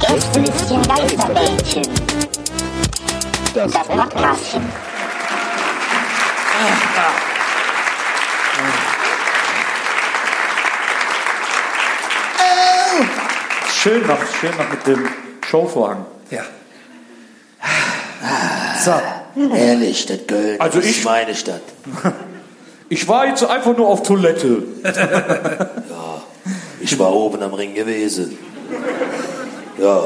Gästelistchen Geisterbällchen. Das Podcast. Schön noch, schön noch mit dem Showvorhang. Ja. So, Ehrlich, das Geld. Also das ich- ist meine Stadt. ich war jetzt einfach nur auf Toilette. Ich war oben am Ring gewesen. Ja,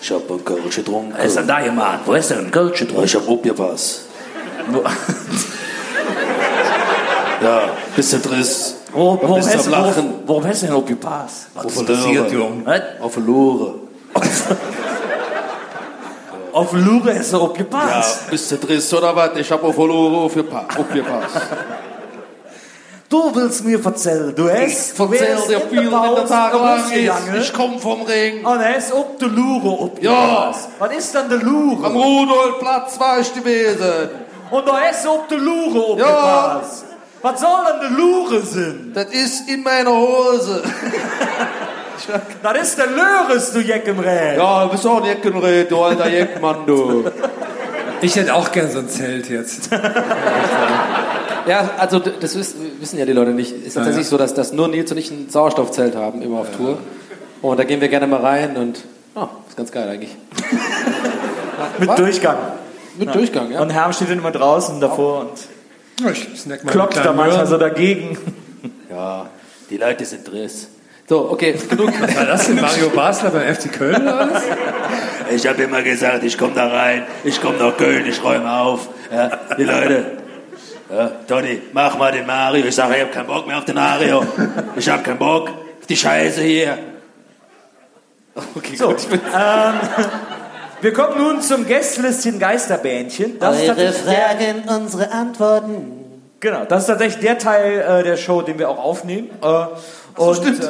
ich hab ein Kölsch getrunken. Was ist denn Also da gemacht? Wo ist denn ein Kölsch Ja, getrunken? ich hab aufgepasst. Ja, bist du trist? Wo, wo bist du hast am du- Lachen? Wo, wo hast du denn auf die Pass? Auf den Löwe. Was? Auf den Lure. Auf den Lure hast du auf die Ja, Pass. bist du trist oder was? Ich hab auf den Lure aufgepa- aufgepasst. Du willst mir erzählen, du hast... Verzähl dir viel, wenn der Tag lang ist. Ich Ich Ah, komm vom Ring. und hast auf die Lure auf die Ja. Pass. Was ist denn die Lure? Am Rudolfplatz war ich gewesen. Und da hast du auf die Lure auf die Ja. Pass. Was soll denn die Lure sein? Das ist in meiner Hose. Das ist der Löres, du Jeck im Rät. Ja, du bist auch ein Jeckenred, du alter Jeckmann, du. Ich hätte auch gern so ein Zelt jetzt. Ja, also d- das wis- wissen ja die Leute nicht. Es ist tatsächlich so, dass, dass nur Nils und ich ein Sauerstoffzelt haben, immer auf Tour. Und da gehen wir gerne mal rein und oh, ist ganz geil eigentlich. Mit Was? Durchgang. Mit Durchgang, ja. Und Herm steht dann immer draußen davor und Ja, Ich snack mal einen klopft kleinen da manchmal Möhren. so dagegen. Ja, die Leute sind trist. So, okay, genug. War das denn Mario Basler beim FC Köln oder was? Ich habe immer gesagt, ich komme da rein, ich komme nach Köln, ich räume auf. Ja, die Leute. Ja, Toni, mach mal den Mario. Ich sage, ich habe keinen Bock mehr auf den Mario. Ich habe keinen Bock auf die Scheiße hier. Okay, So, ähm, wir kommen nun zum Gästelistchen Geisterbähnchen. Das ist Eure tatsächlich, Fragen, unsere Antworten. genau, das ist tatsächlich der Teil äh, der Show, den wir auch aufnehmen. Äh, und, stimmt.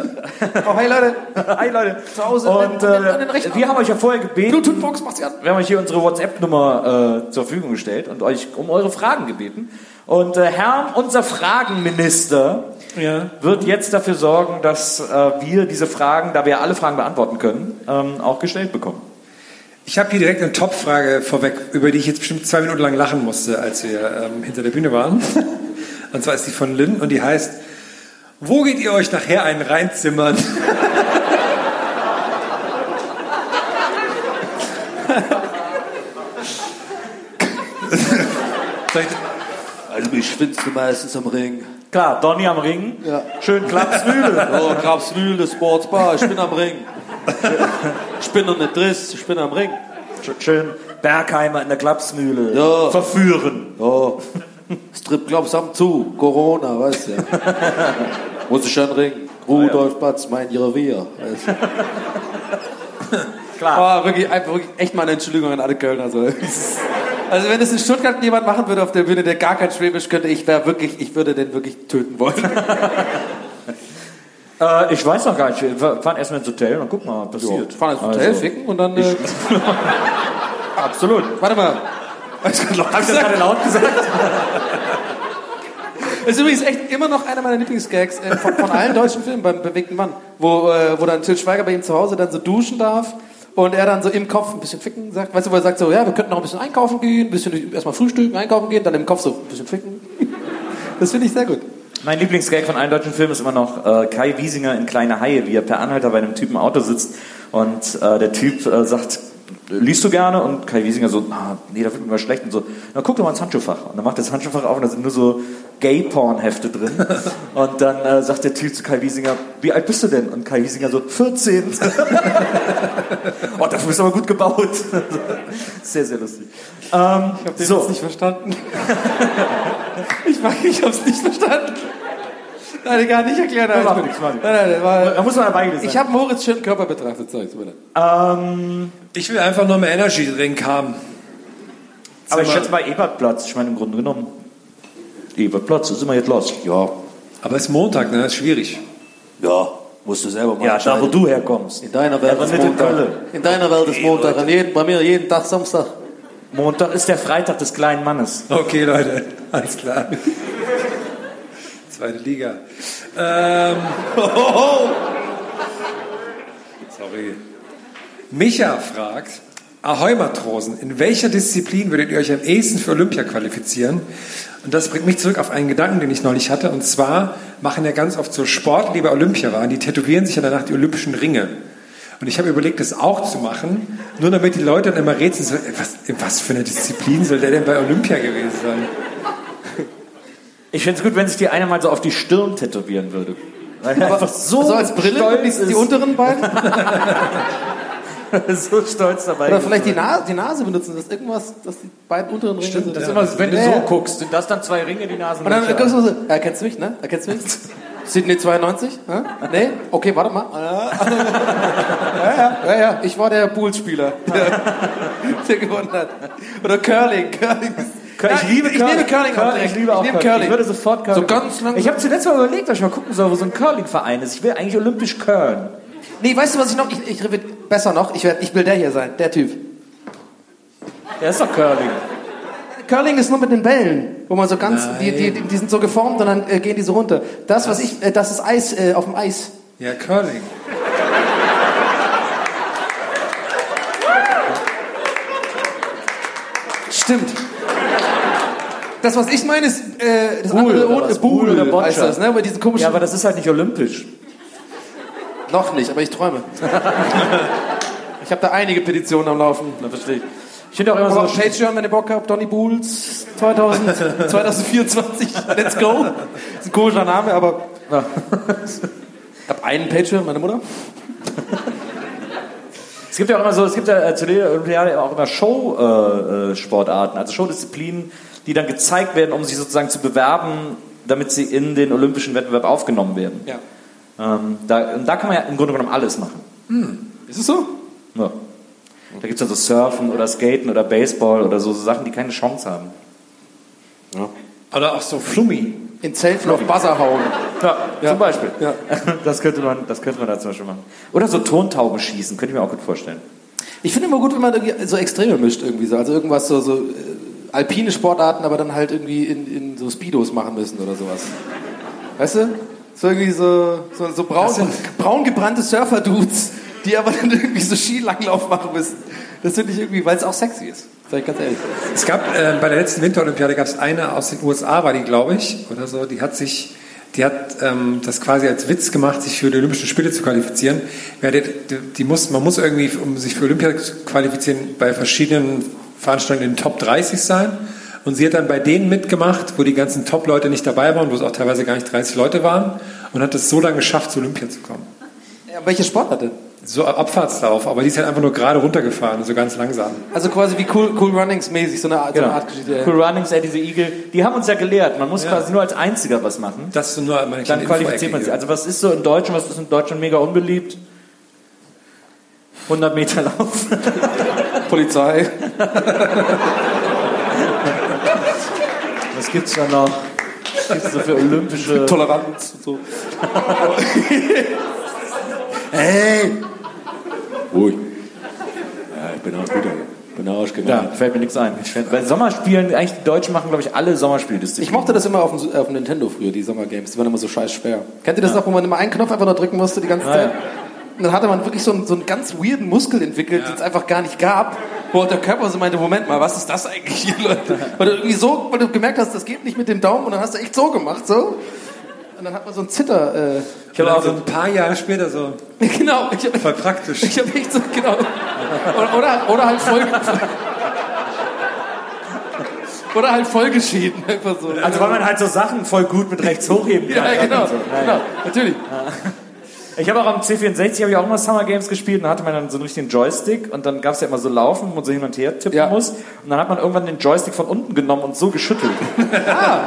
Oh, hey Leute. hi Leute. Zu Hause an Und den- an den- an den äh, Rechner. wir haben euch ja vorher gebeten, Bluetooth-Box macht sie an. wir haben euch hier unsere WhatsApp-Nummer äh, zur Verfügung gestellt und euch um eure Fragen gebeten. Und äh, Herr, unser Fragenminister, Ja. wird jetzt dafür sorgen, dass äh, wir diese Fragen, da wir alle Fragen beantworten können, ähm, auch gestellt bekommen. Ich habe hier direkt eine Top-Frage vorweg, über die ich jetzt bestimmt zwei Minuten lang lachen musste, als wir ähm, hinter der Bühne waren. Und zwar ist die von Lynn und die heißt, wo geht ihr euch nachher einen reinzimmern? Soll ich- Also mich findest du meistens am Ring. Klar, Donny am Ring, schön klapsmühle. Oh, Grabsmühle, Sportsbar, ich bin am Ring. Ich bin noch nicht trist, ich bin am Ring. Sch- schön Bergheimer in der Klapsmühle Ja. verführen. Ja, Stripclubs haben zu, Corona, weißt du. Muss ich schon ringen. Rudolfplatz, mein Revier. Weißt du. Klar. Oh, wirklich, einfach wirklich echt mal eine Entschuldigung an alle Kölner. So. Also wenn es in Stuttgart jemand machen würde auf der Bühne, der gar kein Schwäbisch könnte, ich wäre wirklich, ich würde den wirklich töten wollen. Äh, ich weiß noch gar nicht, wir fahren erstmal ins Hotel und gucken mal, was passiert. Also, Wir fahren ins Hotel, ficken und dann... Äh, Absolut. warte mal. Hab ich Hab ich das gerade laut gesagt? Das ist übrigens echt immer noch einer meiner Lieblingsgags äh, von, von allen deutschen Filmen beim bewegten Mann, wo, äh, wo dann Till Schweiger bei ihm zu Hause dann so duschen darf und er dann so im Kopf ein bisschen ficken sagt, weißt du, wo er sagt so, ja, wir könnten noch ein bisschen einkaufen gehen, ein bisschen erstmal frühstücken, einkaufen gehen, dann im Kopf so ein bisschen ficken. Das finde ich sehr gut. Mein Lieblingsgag von allen deutschen Filmen ist immer noch äh, Kai Wiesinger in Kleine Haie, wie er per Anhalter bei einem Typen im Auto sitzt und äh, der Typ äh, sagt, liest du gerne? Und Kai Wiesinger so, ah, nee, da wird mir mal schlecht und so, na guck doch mal ins Handschuhfach. Und dann macht er das Handschuhfach auf und da sind nur so Gay-Porn-Hefte drin. Und dann äh, sagt der Typ zu Kai Wiesinger, wie alt bist du denn? Und Kai Wiesinger so, 14. oh, dafür bist du aber gut gebaut. sehr, sehr lustig. Ähm, Ich habe den so. jetzt nicht verstanden. ich mag, ich hab's nicht verstanden. Nein, egal, nicht erklären. alles macht gut. nichts, macht nichts. Nein, nein, das war, da muss man dabei gewesen ich habe Moritz schön Körper betrachtet, sorry. tut mir leid. Ähm, Ich will einfach nur mehr Energy Drink haben. aber ich Zimmer. schätze mal Ebertplatz. Ich meine, im Grunde genommen, Ebertplatz, da sind wir jetzt los. Ja, Aber es ist Montag, ne? Ist schwierig. Ja, musst du selber machen. ja da wo du herkommst. In deiner Ja, Welt aber ist nicht in Montag. Köln. In deiner Welt ist Montag. An jedem, bei mir jeden Tag Samstag. Montag ist der Freitag des kleinen Mannes. Okay, Leute, alles klar. Zweite Liga. Ähm, oh. Sorry. Micha fragt, Ahoi Matrosen, in welcher Disziplin würdet ihr euch am ehesten für Olympia qualifizieren? Und das bringt mich zurück auf einen Gedanken, den ich neulich hatte. Und zwar machen ja ganz oft so Sportler, die bei Olympia waren, die tätowieren sich ja danach die olympischen Ringe. Und ich habe überlegt, das auch zu machen, nur damit die Leute dann immer rätseln, so, "Ey, was, in was für eine Disziplin soll der denn bei Olympia gewesen sein? Ich find's gut, wenn sich die eine mal so auf die Stirn tätowieren würde. Weil er einfach so, so Also als Brille, stolz die, ist, die unteren beiden. so stolz dabei. Oder vielleicht die Nase, die Nase benutzen, dass irgendwas, dass die beiden unteren Ringe sind. Das ist immer, so, wenn du Ja. so guckst, sind das dann zwei Ringe, die Nasen. Und dann guckst du mal so, ja, kennst du mich, ne? Ja, kennst du mich? Sydney 92? Hä? Nee? Okay, warte mal. Ja, ja, ja, ja. Ich war der Poolspieler, der, der gewonnen hat. Oder Curling. Curling ist, Curling- Ja, ich nehme Curling. auch direkt. Ich liebe auch ich nehme Ich würde sofort Curling. So ganz langsam. Ich habe zuletzt mal überlegt, dass ich mal gucken soll, wo so ein Curling-Verein ist. Ich will eigentlich olympisch curlen. nee, weißt du, was ich noch? Ich, ich revit- besser noch. Ich, werd, ich will der hier sein, der Typ. Der ist doch Curling. Curling ist nur mit den Bällen, wo man so ganz, die, die, die, die sind so geformt und dann äh, gehen die so runter. Das, was ich, äh, das ist Eis äh, auf dem Eis. Ja, Curling. Stimmt. Das, was ich meine, ist äh, das andere oder ohne was? Buhl, Buhl oder Boccia? heißt das, ne? Bei diesen komischen. Ja, aber das ist halt nicht olympisch. noch nicht, aber ich träume. ich habe da einige Petitionen am Laufen. Na, verstehe ich. Ich finde auch immer Also so auf Patreon, wenn ihr Bock habt, Donny Buhls 2000, 2024, let's go. Ist ein komischer Name, aber Ja. ich habe einen Patreon, meine Mutter. Es gibt ja auch immer so, es gibt ja äh, zu der Olympiade auch immer Show-Sportarten, also Showdisziplinen, die dann gezeigt werden, um sich sozusagen zu bewerben, damit sie in den olympischen Wettbewerb aufgenommen werden. Ja. Ähm, da, und da kann man ja im Grunde genommen alles machen. Ist es so? Ja. Da gibt es dann so Surfen oder Skaten oder Baseball oder so, so Sachen, die keine Chance haben. Oder auch so Flummi. In Zelten auf Buzzer hauen. Ja, zum Beispiel. Ja. Das, könnte man, das könnte man da zum Beispiel machen. Oder so Tontauben schießen, könnte ich mir auch gut vorstellen. Ich finde immer gut, wenn man irgendwie so Extreme mischt irgendwie so. Also irgendwas so, so äh, alpine Sportarten, aber dann halt irgendwie in, in so Speedos machen müssen oder sowas. Weißt du? So irgendwie so, so, so braun, braun gebrannte Surfer-Dudes, die aber dann irgendwie so Skilanglauf machen müssen. Das finde ich irgendwie, weil es auch sexy ist. Sag ich ganz ehrlich. Es gab äh, bei der letzten Winterolympiade gab es eine aus den USA, war die, glaube ich, oder so. Die hat sich, die hat ähm, das quasi als Witz gemacht, sich für die Olympischen Spiele zu qualifizieren. Ja, die, die, die muss, man muss irgendwie, um sich für Olympia zu qualifizieren, bei verschiedenen Veranstaltungen in den Top 30 sein. Und sie hat dann bei denen mitgemacht, wo die ganzen Top-Leute nicht dabei waren, wo es auch teilweise gar nicht 30 Leute waren, und hat es so lange geschafft, zu Olympia zu kommen. Ja, welche Sportart denn? So Abfahrtslauf, aber die ist halt einfach nur gerade runtergefahren, so ganz langsam. Also quasi wie Cool, cool Runnings mäßig, so eine, Art- so eine Art Geschichte. Genau. Cool Runnings, Eddie the Eagle, die haben uns ja gelehrt, man muss quasi nur als Einziger was machen. Das ist nur meine Dann kleine qualifiziert Info-Ecke man sich. hier. Also was ist so in Deutschland, was ist in Deutschland mega unbeliebt? 100 Meter Lauf. Polizei. Was gibt's da noch? Was gibt's so für olympische... Toleranz und so. Hey! Ruhig. Ja, ich bin auch gut, ich bin auch Ja, ausgemerkt. fällt mir nichts ein. Bei Sommerspielen, eigentlich die Deutschen machen, glaube ich, alle Sommerspieldisziplinen. Ich mochte das immer auf dem, äh, auf dem Nintendo früher, die Summer Games. Die waren immer so scheiß schwer. Kennt ihr das noch, wo man immer einen Knopf einfach nur drücken musste die ganze Zeit? Und dann hatte man wirklich so einen, so einen ganz weirden Muskel entwickelt, den es einfach gar nicht gab. Wo der Körper so meinte, Moment mal, was ist das eigentlich hier, Leute? Weil du irgendwie so, weil du gemerkt hast, das geht nicht mit dem Daumen und dann hast du echt so gemacht, so. und dann hat man so ein Zitter. Äh, Ich habe auch so ein paar Jahre Ah später so, genau, ich habe voll praktisch. ich hab echt so, genau. Oder, oder, oder halt voll. Oder halt vollgeschieden, einfach so. Also weil man halt so Sachen voll gut mit rechts hochheben kann. ja, genau, Und so. Ja, genau, ja. natürlich. Ich habe auch am C64 habe ich auch immer Summer Games gespielt und da hatte man dann so einen richtigen Joystick und dann gab es ja immer so Laufen, wo man so hin und her tippen Ja. muss. Und dann hat man irgendwann den Joystick von unten genommen und so geschüttelt. Ah,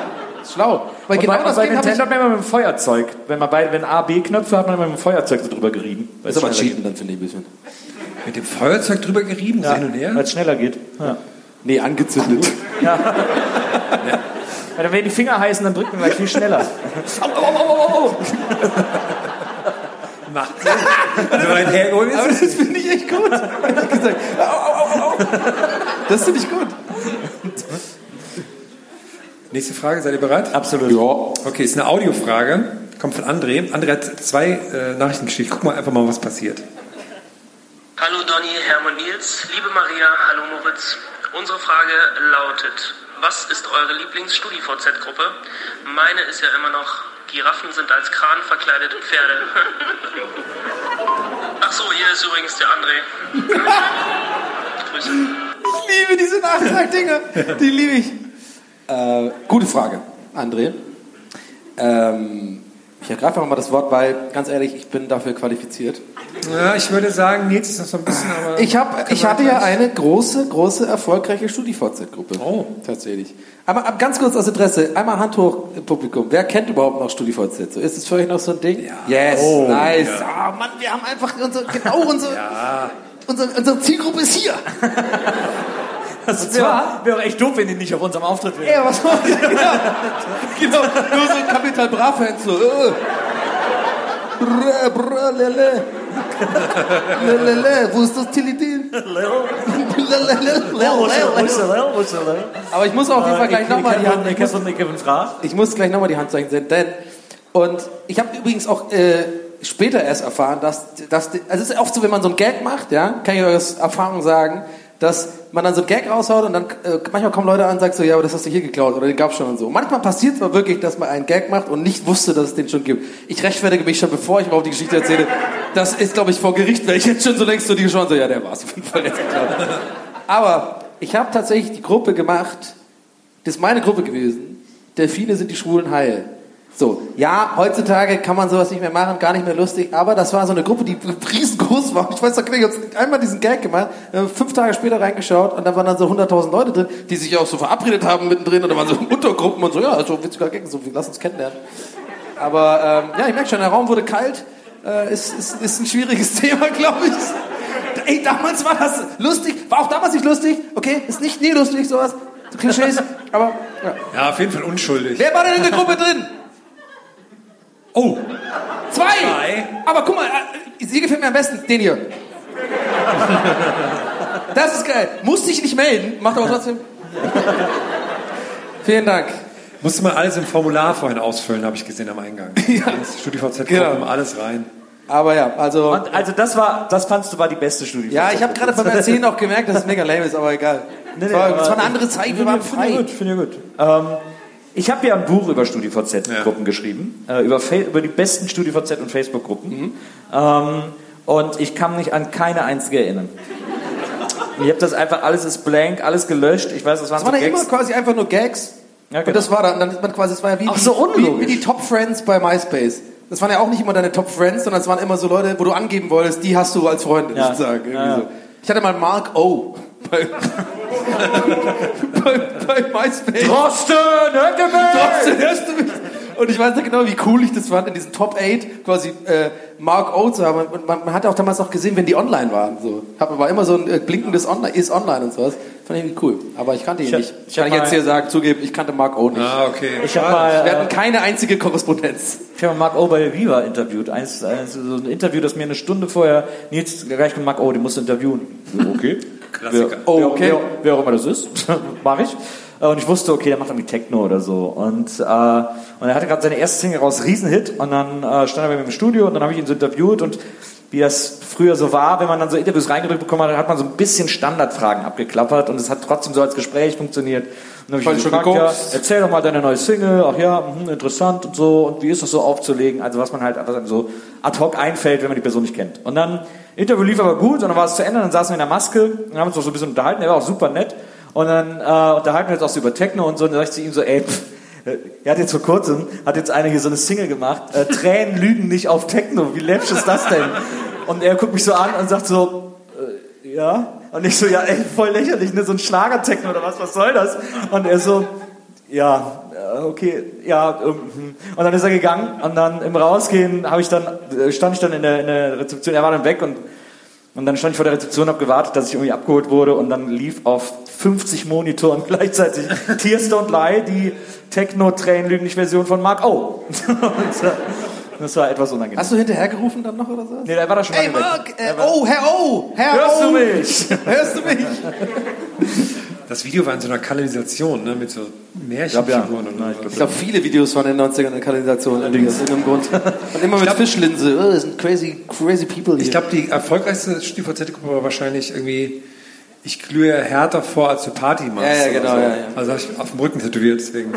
ist schlau. Weil und genau bei, das bei Ding habe ich... Nintendo hat man immer mit dem Feuerzeug. Wenn man bei wenn A, B Knöpfe hat man immer mit dem Feuerzeug so drüber gerieben. Weil Das ist aber schneller Cheaten dann, finde ich ein bisschen. Mit dem Feuerzeug drüber gerieben, so hin und geht. her. Weil es schneller geht. Ja. Nee, angezündet. Weil wenn die Finger heißen, dann drückt man gleich viel schneller. Macht Sinn. Also, Wenn man hergeholt Aber ist. das finde ich echt gut. Ehrlich gesagt. Au, au, au, au. Das finde ich gut. Nächste Frage, seid ihr bereit? Absolut. Okay, ist eine Audiofrage. Kommt von André. André hat zwei äh, Nachrichten geschickt. Guck mal einfach mal, was passiert. Hallo Donny, Hermann Nils, liebe Maria, hallo Moritz. Unsere Frage lautet, was ist eure Lieblings-StudiVZ-Gruppe? Meine ist ja immer noch, Giraffen sind als Kran verkleidete Pferde. Ach so, hier ist übrigens der André. Grüße. Ich liebe diese Nachtragdinger. Die liebe ich. Äh, gute Frage, André. Ähm, ich ergreife einfach mal das Wort, weil, ganz ehrlich, ich bin dafür qualifiziert. Ja, ich würde sagen, Nils ist noch so ein bisschen, aber. Ich, hab, ich hatte ja eine große, große, erfolgreiche StudiVZ-Gruppe. Oh. Tatsächlich. Aber ab- ganz kurz aus Interesse, einmal Hand hoch, äh, Publikum. Wer kennt überhaupt noch StudiVZ? So, ist es für euch noch so ein Ding? Yes, nice. Ah, Mann, wir haben einfach unsere, genau unsere, unsere, unsere Zielgruppe ist hier. Das wäre wär auch echt doof, wenn die nicht auf unserem Auftritt wären. Ja, was soll ich? Genau. genau. Nur so Kapital Bra-Fans so. Äh. Brr, brr, lele. Lelele, wo ist das Tilidin? Lelele, lelele. Aber ich muss auf jeden Fall gleich nochmal die Hand. Ich muss, Äh, Kevin Fra. ich muss gleich nochmal die Handzeichen sehen, denn. Und ich habe übrigens auch äh, später erst erfahren, dass, dass. die- Also es ist oft so, wenn man so ein Gag macht, ja, kann ich euch aus Erfahrung sagen, dass man dann so ein Gag raushaut und dann äh, manchmal kommen Leute an und sagen so, ja, aber das hast du hier geklaut oder den gab's schon und so. Manchmal passiert es aber wirklich, dass man einen Gag macht und nicht wusste, dass es den schon gibt. Ich rechtfertige mich schon, bevor ich überhaupt die Geschichte erzähle. Das ist, glaube ich, vor Gericht, wäre ich jetzt schon so längst so die Chance, so, ja, der war es auf jeden Fall jetzt geklaut. Aber ich habe tatsächlich die Gruppe gemacht, das ist meine Gruppe gewesen. Delfine sind die schwulen Haie. So, ja, heutzutage kann man sowas nicht mehr machen, gar nicht mehr lustig, aber das war so eine Gruppe, die riesengroß war. Ich weiß noch genau, ich habe einmal diesen Gag gemacht, äh, fünf Tage später reingeschaut und da waren dann so 100.000 Leute drin, die sich auch so verabredet haben mittendrin und da waren so Untergruppen und so, ja, so witziger Gag, so, wir lassen uns kennenlernen. Aber ähm, ja, ich merke schon, der Raum wurde kalt. Äh, ist, ist, ist ein schwieriges Thema, glaube ich. Ey, damals war das lustig. War auch damals nicht lustig. Okay, ist nicht nie lustig, sowas. So Klischees. Aber ja. Ja, auf jeden Fall unschuldig. wer war denn in der Gruppe drin? Oh, Zwei. Zwei. Aber guck mal, äh, sie gefällt mir am besten. Den hier. Das ist geil. Muss dich nicht melden. Macht aber trotzdem. Vielen Dank. musste man alles im Formular vorhin ausfüllen, habe ich gesehen am Eingang. Ja. Das StudiVZ Genau. kommt alles rein. Aber ja, also. Und also das war, das fandst du war die beste Studie. Ja, ich habe gerade beim Erzählen auch gemerkt, dass es mega lame ist, aber egal. Nee, es, nee, war, aber- es war eine andere Zeit, wir waren Finde ich frei. gut, finde ich gut. Ähm, ich habe ja ein Buch über StudiVZ-Gruppen geschrieben, äh, über, Fa- über die besten StudiVZ- und Facebook-Gruppen. Mhm. Ähm, und ich kann mich an keine einzige erinnern. Ich habe das einfach, alles ist blank, alles gelöscht. Ich weiß, das waren Es waren so ja immer Gags. quasi einfach nur Gags. Ja, Und genau. das war dann, dann ist man quasi, es war ja wie, Auch so wie, unlogisch. wie die Top Friends bei MySpace. Das waren ja auch nicht immer deine Top Friends, sondern es waren immer so Leute, wo du angeben wolltest, die hast du als Freunde Ja. sozusagen. Irgendwie Ja. so. Ich hatte mal Mark O. bei, bei, bei MySpace. Thorsten, hört ihr mich? Trotzdem hörst du mich. Und ich weiß noch genau, wie cool ich das fand, in diesen Top 8 quasi äh, Mark O zu haben. Und man, man hat auch damals noch gesehen, wenn die online waren. So. Hab aber immer so ein äh, blinkendes Online, ist online und sowas. Fand ich irgendwie cool. Aber ich kannte ihn hab- nicht. ich hab Kann ich mal- jetzt hier sagen, zugeben, ich kannte Mark O nicht. Ah, okay. Ich habe mal, Wir äh, hatten keine einzige Korrespondenz. Ich habe Mark O bei Viva interviewt. Eins, eins, so ein Interview, das mir eine Stunde vorher Nils gleich gesagt Mark O, den musst du interviewen. So, Okay. Klassiker. Wer, wer, Okay. Wer, wer auch immer das ist, mache ich. Äh, Und ich wusste, okay, der macht irgendwie Techno oder so. Und, äh, und er hatte gerade seine erste Single raus, Riesenhit. Und dann äh, stand er bei mir im Studio und dann habe ich ihn so interviewt und wie das früher so war, wenn man dann so Interviews reingedrückt bekommen hat, dann hat man so ein bisschen Standardfragen abgeklappert und es hat trotzdem so als Gespräch funktioniert. Und dann Voll hab ich ihn schon gefragt, ja, geguckt. erzähl doch mal deine neue Single, ach ja, mhm, interessant und so, und wie ist das so aufzulegen, also was man halt was einem so ad hoc einfällt, wenn man die Person nicht kennt. Und dann, Interview lief aber gut, und dann war es zu Ende, dann saßen wir in der Maske, und haben uns noch so ein bisschen unterhalten, er war auch super nett, und dann äh, unterhalten wir uns auch so über Techno und so, und dann sag ich zu ihm so, ey, pff, äh, er hat jetzt vor kurzem, hat jetzt einer hier so eine Single gemacht, äh, Tränen lügen nicht auf Techno, wie läppisch ist das denn? Und er guckt mich so an und sagt so, ja. Und ich so, ja, ey, voll lächerlich, ne? So ein Schlagertechno oder was, was soll das? Und er so, ja, äh, okay, ja. ähm, hm. Und dann ist er gegangen und dann im Rausgehen habe ich dann, äh, stand ich dann in der, in der Rezeption, er war dann weg und, und dann stand ich vor der Rezeption, habe gewartet, dass ich irgendwie abgeholt wurde und dann lief auf 50 Monitoren gleichzeitig Tears Don't Lie, die techno tränenlüglich version von Mark O. Und, äh, das war etwas unangenehm. Hast du hinterhergerufen dann noch oder so? Nee, da war da schon Ey, lange weg. Mark! Äh, oh, Herr O! Herr Hörst o, du mich? Hörst du mich? Das Video war in so einer Kanalisation, ne, mit so Märchenfiguren und so. Ich glaube, viele Videos waren in den 90ern in Kanalisation irgendwie aus irgendeinem Grund. Und immer mit Fischlinse. Oh, das sind crazy, crazy people hier. Ich glaube, die erfolgreichste StudiVZ-Gruppe war wahrscheinlich irgendwie, ich glühe härter vor, als du Party machst. Ja, ja, oder genau, so. ja, ja. Also habe ich auf dem Rücken tätowiert, deswegen.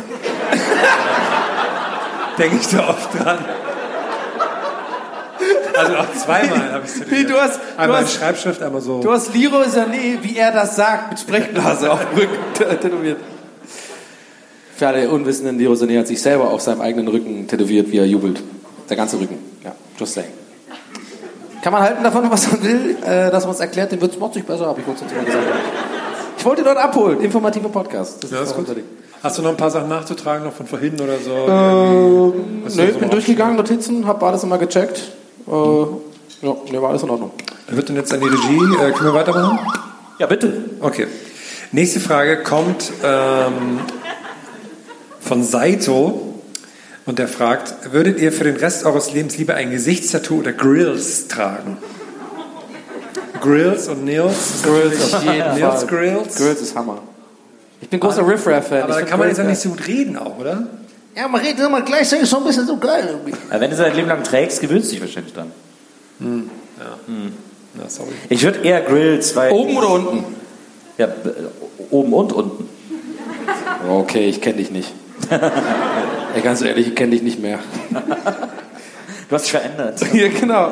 Denke ich da oft dran. Also auch zweimal habe ich es Nee, tätowiert. du hast- du einmal hast- in Schreibschrift, einmal so. Du hast Leroy Sané, wie er das sagt, mit Sprechblase auf dem Rücken t- tätowiert. Für alle Unwissenden, Leroy Sané hat sich selber auf seinem eigenen Rücken tätowiert, wie er jubelt. Der ganze Rücken. Ja, just saying. Kann man halten davon, was man will, äh, dass man es erklärt, dem wird es sich besser, habe ich kurz dazu mal gesagt. Ich wollte dort abholen, informativer Podcast. Das ja, ist auch gut. unser Ding. Hast du noch ein paar Sachen nachzutragen, noch von vorhin oder so? Ähm, Hast du nö, das ich bin aber durchgegangen, Notizen, hab alles immer gecheckt. Äh, ja, mir war alles in Ordnung. Wird denn jetzt an die Regie? Äh, können wir weitermachen? Ja, bitte. Okay. Nächste Frage kommt ähm, von Saito und der fragt: Würdet ihr für den Rest eures Lebens lieber ein Gesichtstattoo oder Grills tragen? Grills und Nails. Grills auf jeden Nails, Fall. Grills. Grills ist Hammer. Ich bin großer Riff-Raff-Fan. Ich Aber da find kann man Grills jetzt ja geil. nicht so gut reden auch, oder? Ja, man redet immer gleichzeitig so ein bisschen so geil irgendwie. Aber Äh, wenn du es dein Leben lang trägst, gewöhnst du dich wahrscheinlich dran. Ja, sorry. Ich würde eher Grills, weil. Oben oder unten? Ja, b- oben und unten. Okay, ich kenne dich nicht. Ey, ganz ehrlich, ich kenne dich nicht mehr. Du hast dich verändert. ja, genau.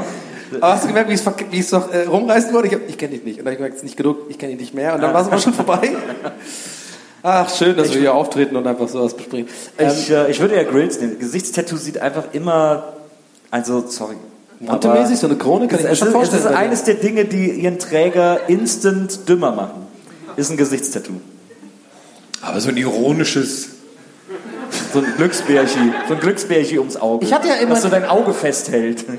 Aber hast du gemerkt, wie ich es verk- wie ich's noch äh, rumreißen wollte? Ich, hab- ich kenne dich nicht. Und dann hab ich gemerkt, es ist nicht genug, ich kenne dich nicht mehr. Ah. Und dann war es aber schon vorbei. Ach, schön, dass wir hier auftreten und einfach sowas besprechen. Ähm, Ich, äh, ich würde eher Grills nehmen. Gesichtstattoo sieht einfach immer. Also, sorry. Montemäßig, so eine Krone kann ich mir es, schon ist, es vorstellen. ist eines der Dinge, die ihren Träger instant dümmer machen. Ist ein Gesichtstattoo. Aber so ein ironisches. So ein Glücksbärschi. So ein Glücksbärschi ums Auge. Ich hatte ja immer- Dass du dein Auge festhält.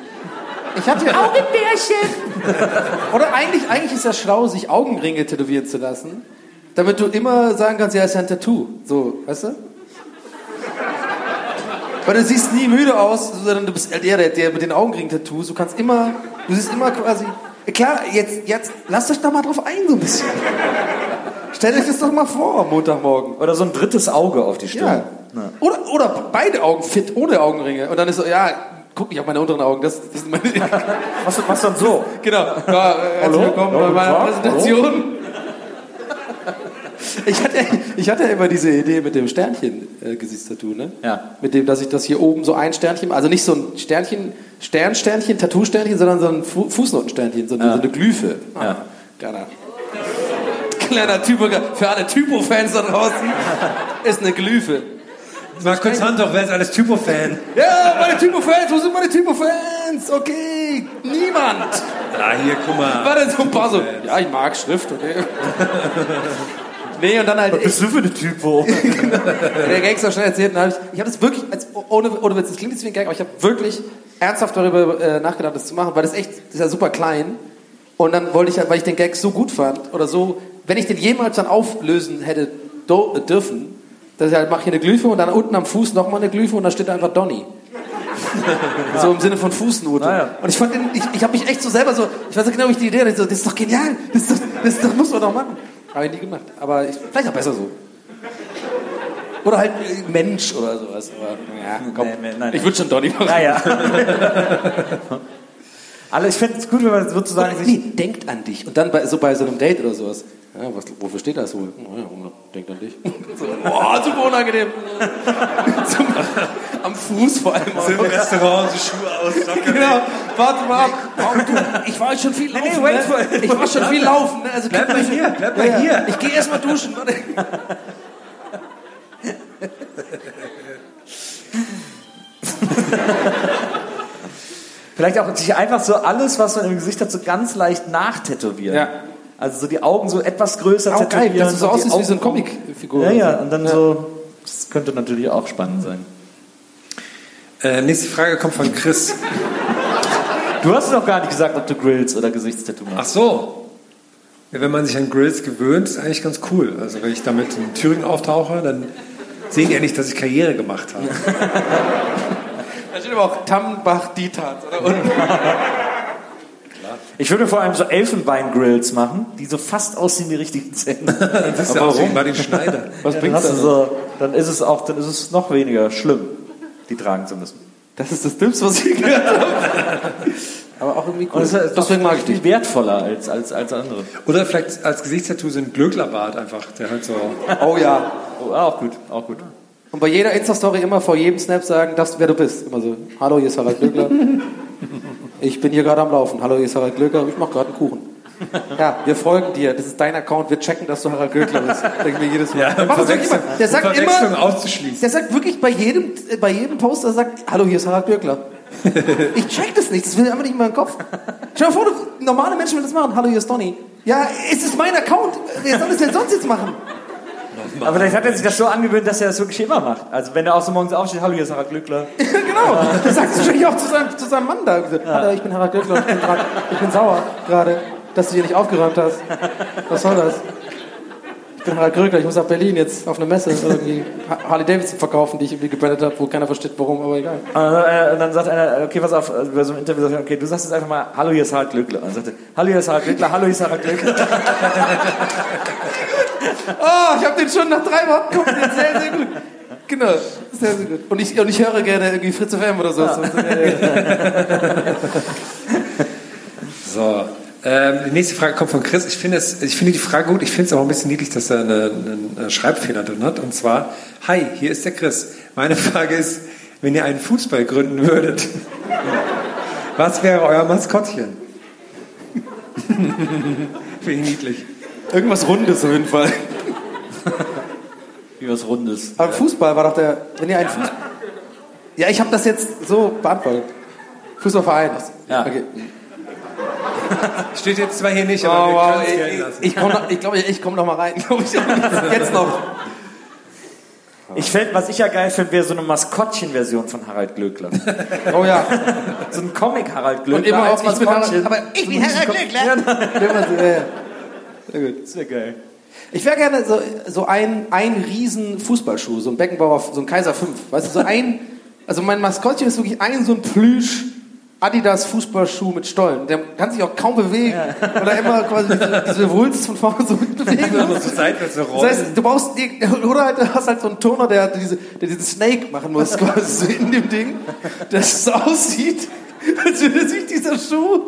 Ich hatte ja Augenbärchen. Oder eigentlich, eigentlich ist das schlau, sich Augenringe tätowieren zu lassen, damit du immer sagen kannst, ja, ist ja ein Tattoo. So, weißt du? Weil du siehst nie müde aus, sondern du bist der, der, der mit den Augenring-Tattoos. Du kannst immer, du siehst immer quasi. Klar, jetzt, jetzt, lasst euch da mal drauf ein, so ein bisschen. Stellt euch das doch mal vor, Montagmorgen. Oder so ein drittes Auge auf die Stirn. Ja. Oder, oder beide Augen fit, ohne Augenringe. Und dann ist so, ja, guck nicht auf meine unteren Augen. Das, das sind meine, Machst du machst dann so? Genau. Ja, äh, herzlich Hallo? willkommen Ja, bei guten meiner Tag. Präsentation. Oh. Ich hatte, ich hatte ja immer diese Idee mit dem Sternchen-Gesichtstattoo, ne? Ja. Mit dem, dass ich das hier oben so ein Sternchen, also nicht so ein Sternchen, Sternsternchen, Tattoo-Sternchen, sondern so ein Fu Fußnotensternchen, so eine, so eine Glyphe. Ah, Ja. Kleiner, kleiner Typo, für alle Typo-Fans da draußen, ist eine Glyphe. Markus Handorf, wer ist alles Typo-Fan? Ja, meine Typo-Fans, wo sind meine Typo-Fans? Okay, niemand. Na, hier, guck mal. War dann so ein paar so, ja, ich mag Schrift, okay. Nee, und dann halt, ich, Bist du für eine Typo? der Gag so schnell erzählt, und dann hab ich, ich habe das wirklich, als, ohne, ohne Witz, das klingt jetzt wie ein Gag, aber ich habe wirklich ernsthaft darüber äh, nachgedacht, das zu machen, weil das echt, das ist ja super klein. Und dann wollte ich halt, weil ich den Gag so gut fand, oder so, wenn ich den jemals dann auflösen hätte do, äh, dürfen, dass ich halt, mache hier eine Glyphe und dann unten am Fuß nochmal eine Glyphe und dann steht da einfach Donny. So im Sinne von Fußnote. Naja. Und ich fand den, ich, ich habe mich echt so selber so, ich weiß nicht genau, wie ich die Idee hatte, ich so, das ist doch genial, das, ist doch, das, das muss man doch machen. Habe ich nie gemacht, aber ich, vielleicht auch besser so. Oder halt äh, Mensch oder sowas. Aber, ja, komm. Nee, nee, nein, ich würde schon Donny machen. Naja. Alle, ich finde es gut, wenn man sozusagen Und, sich. nee, denkt an dich. Und dann bei, so bei so einem Date oder sowas. Ja, was, wofür steht das wohl? Hm, ja, denkt an dich. So, boah, super unangenehm. Zum- Am Fuß vor allem. Im Restaurant, die Schuhe aus, Socken. Genau, warte mal ab. Warum du? Ich war schon viel laufen. wait ne? Ich war schon viel laufen. Ne? Also Bleib gib mal mir- hier, bleib mal hier. Ich gehe erstmal duschen. warte. Vielleicht auch sich einfach so alles, was man im Gesicht hat, so ganz leicht nachtätowieren. Ja. Also so die Augen so etwas größer Auch geil, dass du so und die aussiehst wie so eine Augenbrauen- Comicfigur. Ja, ja, und dann so. Das könnte natürlich auch spannend sein. Äh, nächste Frage kommt von Chris. Du hast noch gar nicht gesagt, ob du Grills oder Gesichtstattoo Ach machst. so. Ja, wenn man sich an Grills gewöhnt, ist eigentlich ganz cool. Also wenn ich damit in Thüringen auftauche, dann sehen die ja nicht, dass ich Karriere gemacht habe. Da steht aber auch Tammbach Dietat. Oder? Und Ich würde vor allem so Elfenbein-Grills machen, die so fast aussehen wie richtigen Zähne. Das ist ja auch wie Martin Schneider. was Ja, dann, bringt's hast du das? so, dann ist es auch, dann ist es noch weniger schlimm, die tragen zu müssen. Das ist das Dümmste, was ich gehört habe. Aber auch irgendwie cool. Und es ist Deswegen mag ich dich. viel wertvoller als, als, als andere. Oder vielleicht als Gesichtstattoo so ein Glöcklerbart einfach, der halt so... Oh ja. Oh, auch gut, auch gut. Und bei jeder Insta-Story immer vor jedem Snap sagen, das, wer du bist. Immer so, hallo, hier ist Harald Glöckler. Ich bin hier gerade am Laufen. Hallo, hier ist Harald Glöckler. Ich mache gerade einen Kuchen. Ja, wir folgen dir. Das ist dein Account. Wir checken, dass du Harald Glöckler bist. Denke ich mir jedes Mal. Der macht das wirklich immer. Der sagt Verwechslung immer, auszuschließen. der sagt wirklich bei jedem, äh, bei jedem Post, er sagt, hallo, hier ist Harald Glöckler. Ich check das nicht. Das will einfach nicht in meinen Kopf. Stell dir vor, du, normale Menschen würden das machen. Hallo, hier ist Donny. Ja, es ist mein Account. Wer soll das denn sonst jetzt machen? Aber vielleicht hat er sich das so angewöhnt, dass er das wirklich immer macht. Also wenn er auch so morgens aufsteht, hallo, hier ist Harald Glückler. genau. Das sagt es natürlich auch zu seinem, zu seinem Mann da. Hallo, ich bin Harald Glöckler und ich bin, grad, ich bin sauer gerade, dass du hier nicht aufgeräumt hast. Was soll das? Ich bin Harald Glöckler, ich muss nach Berlin jetzt auf eine Messe irgendwie Harley Davidson verkaufen, die ich irgendwie gebettet habe, wo keiner versteht warum, aber egal. Und dann, äh, und dann sagt einer, okay, pass auf, also bei so einem Interview sagt er, okay, du sagst jetzt einfach mal, hallo, hier ist Harald Glückler. Und dann sagt er, hallo, hier ist Harald Glückler, hallo, hier ist Harald Glückler. Oh, ich habe den schon nach drei Worten geguckt. Der ist sehr, sehr gut. Genau, sehr, sehr gut. Und ich, und ich höre gerne irgendwie Fritz FM oder so. So. Ähm, die nächste Frage kommt von Chris. Ich finde es- ich finde die Frage gut. Ich finde es aber auch ein bisschen niedlich, dass er eine- einen äh, Schreibfehler drin hat. Und zwar, hi, hier ist der Chris. Meine Frage ist, wenn ihr einen Fußball gründen würdet, was wäre euer Maskottchen? finde ich niedlich. Irgendwas Rundes auf jeden Fall. Wie was Rundes. Aber Fußball war doch der. Wenn ihr einen Fußball. Ja, ich habe das jetzt so beantwortet. Fußballverein. Ja. Okay. Steht jetzt zwar hier nicht, Oh, aber wow. wir können es Ich, lassen. ich, komm noch- ich glaube, ich komme noch mal rein. glaub ich. Jetzt noch. Ich fänd, was ich ja geil finde, wäre so eine Maskottchen-Version von Harald Glöckler. Oh ja. So ein Comic-Harald Glöckler. Und immer als auch ich bin Harald, Maskottchen. Aber ich bin Harald Glöckler. Immer so, ja, ja. Sehr gut. Das wäre geil. Ich wäre gerne so, so ein, ein riesen Fußballschuh, so ein Beckenbauer, so ein Kaiser 5. Weißt du, so ein, also mein Maskottchen ist wirklich ein so ein Plüsch Adidas Fußballschuh mit Stollen. Der kann sich auch kaum bewegen. Oder immer quasi diese, diese Wulst von vorne so bewegen. So seitwärts so Das heißt, du brauchst irg- oder halt, du hast halt so einen Turner, der, diese, der diesen Snake machen muss, quasi so in dem Ding, dass es so aussieht, als würde sich dieser Schuh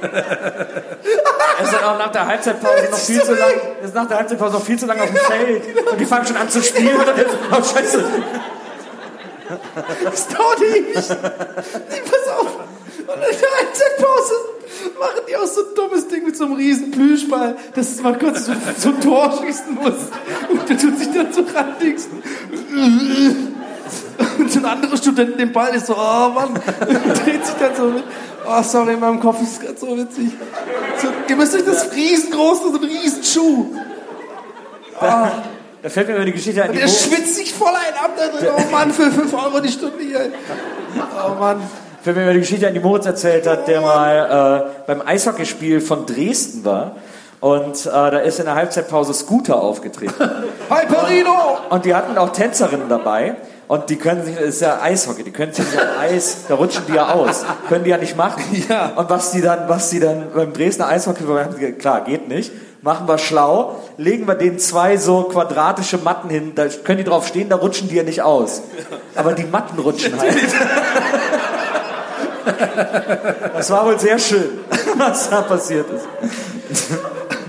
Es ist dann auch nach der Halbzeitpause noch viel zu lang. Es ist nach der Halbzeitpause noch viel zu lang auf dem Feld. Und die fangen schon an zu spielen. Und dann ist, oh Scheiße. Das dauert ewig. Nee, pass auf. Und in der Halbzeitpause machen die auch so ein dummes Ding mit so einem riesen Plüschball, dass es mal kurz so, so ein Tor schießen muss. Und der tut sich dann so randings. Und so ein anderer Student den Ball ist so, oh Mann, und dreht sich dann so mit. Oh, sorry, in meinem Kopf ist es gerade so witzig. So, ihr müsst euch das riesengroße, so einen riesen Schuh. Da fällt mir über die Geschichte ein. Und Die er Bo schwitzt sich voll ein ab da drin. Oh Mann, für 5 Euro die Stunde hier. Oh Mann. fällt mir über die Geschichte ein, die Moritz erzählt hat, der mal äh, beim Eishockeyspiel von Dresden war. Und äh, da ist in der Halbzeitpause Scooter aufgetreten. Hi Perino! Und die hatten auch Tänzerinnen dabei. Und die können sich, das ist ja Eishockey, die können sich am Eis, da rutschen die ja aus. Können die ja nicht machen. Ja. Und was die dann, was die dann beim Dresdner Eishockey, haben die- klar, geht nicht. Machen wir schlau, legen wir denen zwei so quadratische Matten hin, da können die drauf stehen, da rutschen die ja nicht aus. Aber die Matten rutschen halt. Das war wohl sehr schön, was da passiert ist.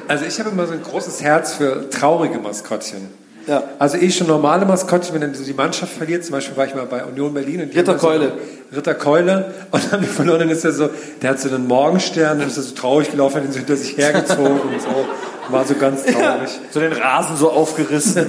Also ich habe immer so ein großes Herz für traurige Maskottchen. Ja. Also eh schon normale Maskottchen, wenn dann so die Mannschaft verliert. Zum Beispiel war ich mal bei Union Berlin. und die Ritter haben so- Keule. Ritter Keule. Und dann haben die verloren. Dann ist er so, der hat so einen Morgenstern. Dann ist er so traurig gelaufen, hat ihn so hinter sich hergezogen und so. War so ganz traurig. So den Rasen so aufgerissen.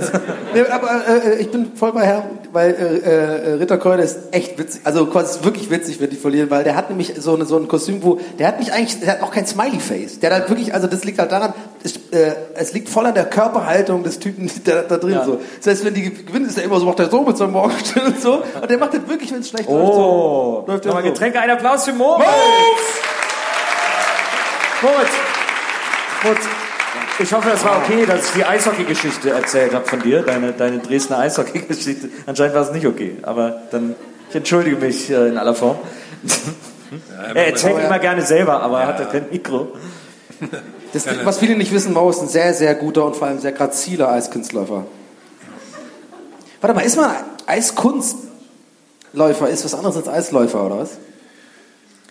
Nee, aber äh, äh, ich bin voll bei Herr, weil äh, äh, Ritter Keule ist echt witzig, also quasi wirklich witzig, wenn die verlieren, weil der hat nämlich so, eine, so ein Kostüm, wo der hat nicht eigentlich, der hat auch kein Smiley Face. Der hat halt wirklich, also das liegt halt daran, es, äh, es liegt voll an der Körperhaltung des Typen der, da drin so. Das heißt, wenn die gewinnen, ist der immer so, macht der so mit seinem Morgenstern und so. Und der macht das wirklich, wenn es schlecht läuft. So. Läuft Oh. der Nochmal so. Oh! Getränke, ein Applaus für Moritz. Moritz! Moritz! Ich hoffe, das war okay, dass ich die Eishockey-Geschichte erzählt habe von dir, deine, deine Dresdner Eishockey-Geschichte. Anscheinend war es nicht okay, aber dann, ich entschuldige mich äh, in aller Form. er erzählt immer gerne selber, aber er hat ja kein Mikro. Das, was viele nicht wissen, Mao ist ein sehr, sehr guter und vor allem sehr graziler Eiskunstläufer. Warte mal, ist man Eiskunstläufer? Ist was anderes als Eisläufer, oder was?